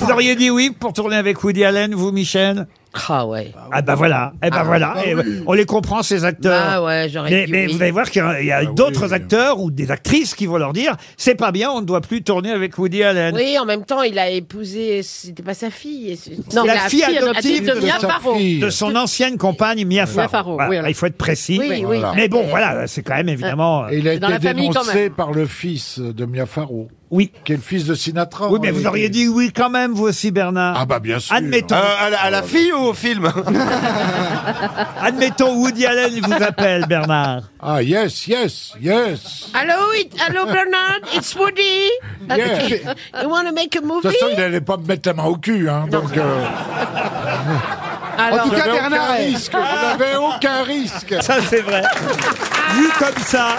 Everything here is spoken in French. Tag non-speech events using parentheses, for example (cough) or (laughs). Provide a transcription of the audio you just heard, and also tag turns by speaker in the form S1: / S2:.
S1: Vous auriez dit oui pour tourner avec Woody Allen, vous, Michel
S2: Ah ouais.
S1: Ah bah voilà, eh bah
S2: Ah,
S1: voilà,
S2: bah
S1: Eh ouais. on les comprend ces acteurs.
S2: Bah ouais, j'aurais
S1: mais
S2: dit
S1: mais
S2: oui.
S1: vous allez voir qu'il y a, il y a d'autres acteurs ou des actrices qui vont leur dire c'est pas bien, on ne doit plus tourner avec Woody Allen.
S2: Oui, en même temps, il a épousé, c'était pas sa fille. et c'est-
S1: Non, la, fille
S2: adoptive de Mia Farrow.
S1: de son ancienne compagne Mia Farrow.
S2: Farrow,
S1: Voilà,
S2: oui, alors.
S1: Il faut être précis.
S2: Oui, Euh, oui. Voilà.
S1: Mais bon, voilà, c'est quand même évidemment. euh,
S3: Et il a
S2: C'est dans
S3: été
S2: la famille, quand
S3: dénoncé
S2: même.
S3: par le fils de Mia Farrow,
S1: Oui.
S3: qui est le fils de Sinatra.
S1: Oui,
S3: hein,
S1: mais vous
S3: et-
S1: auriez dit oui quand même, vous aussi, Bernard.
S3: Ah bah bien sûr.
S1: Admettons.
S4: Euh, à, la, à la fille ou au film
S1: (laughs) Admettons, Woody Allen il vous appelle, Bernard.
S3: Ah yes, yes, yes.
S2: Allô, it, allô Bernard, it's Woody.
S3: Yeah.
S2: (laughs) You want to make a
S3: De
S2: movie?
S3: toute façon, il n'allait pas me mettre la main au cul, hein, donc... euh,
S2: Alors,
S3: vous n'avez
S5: Bernard
S3: aucun
S5: est-
S3: risque, vous n'avez aucun risque.
S1: Ça, c'est vrai. Vu comme ça,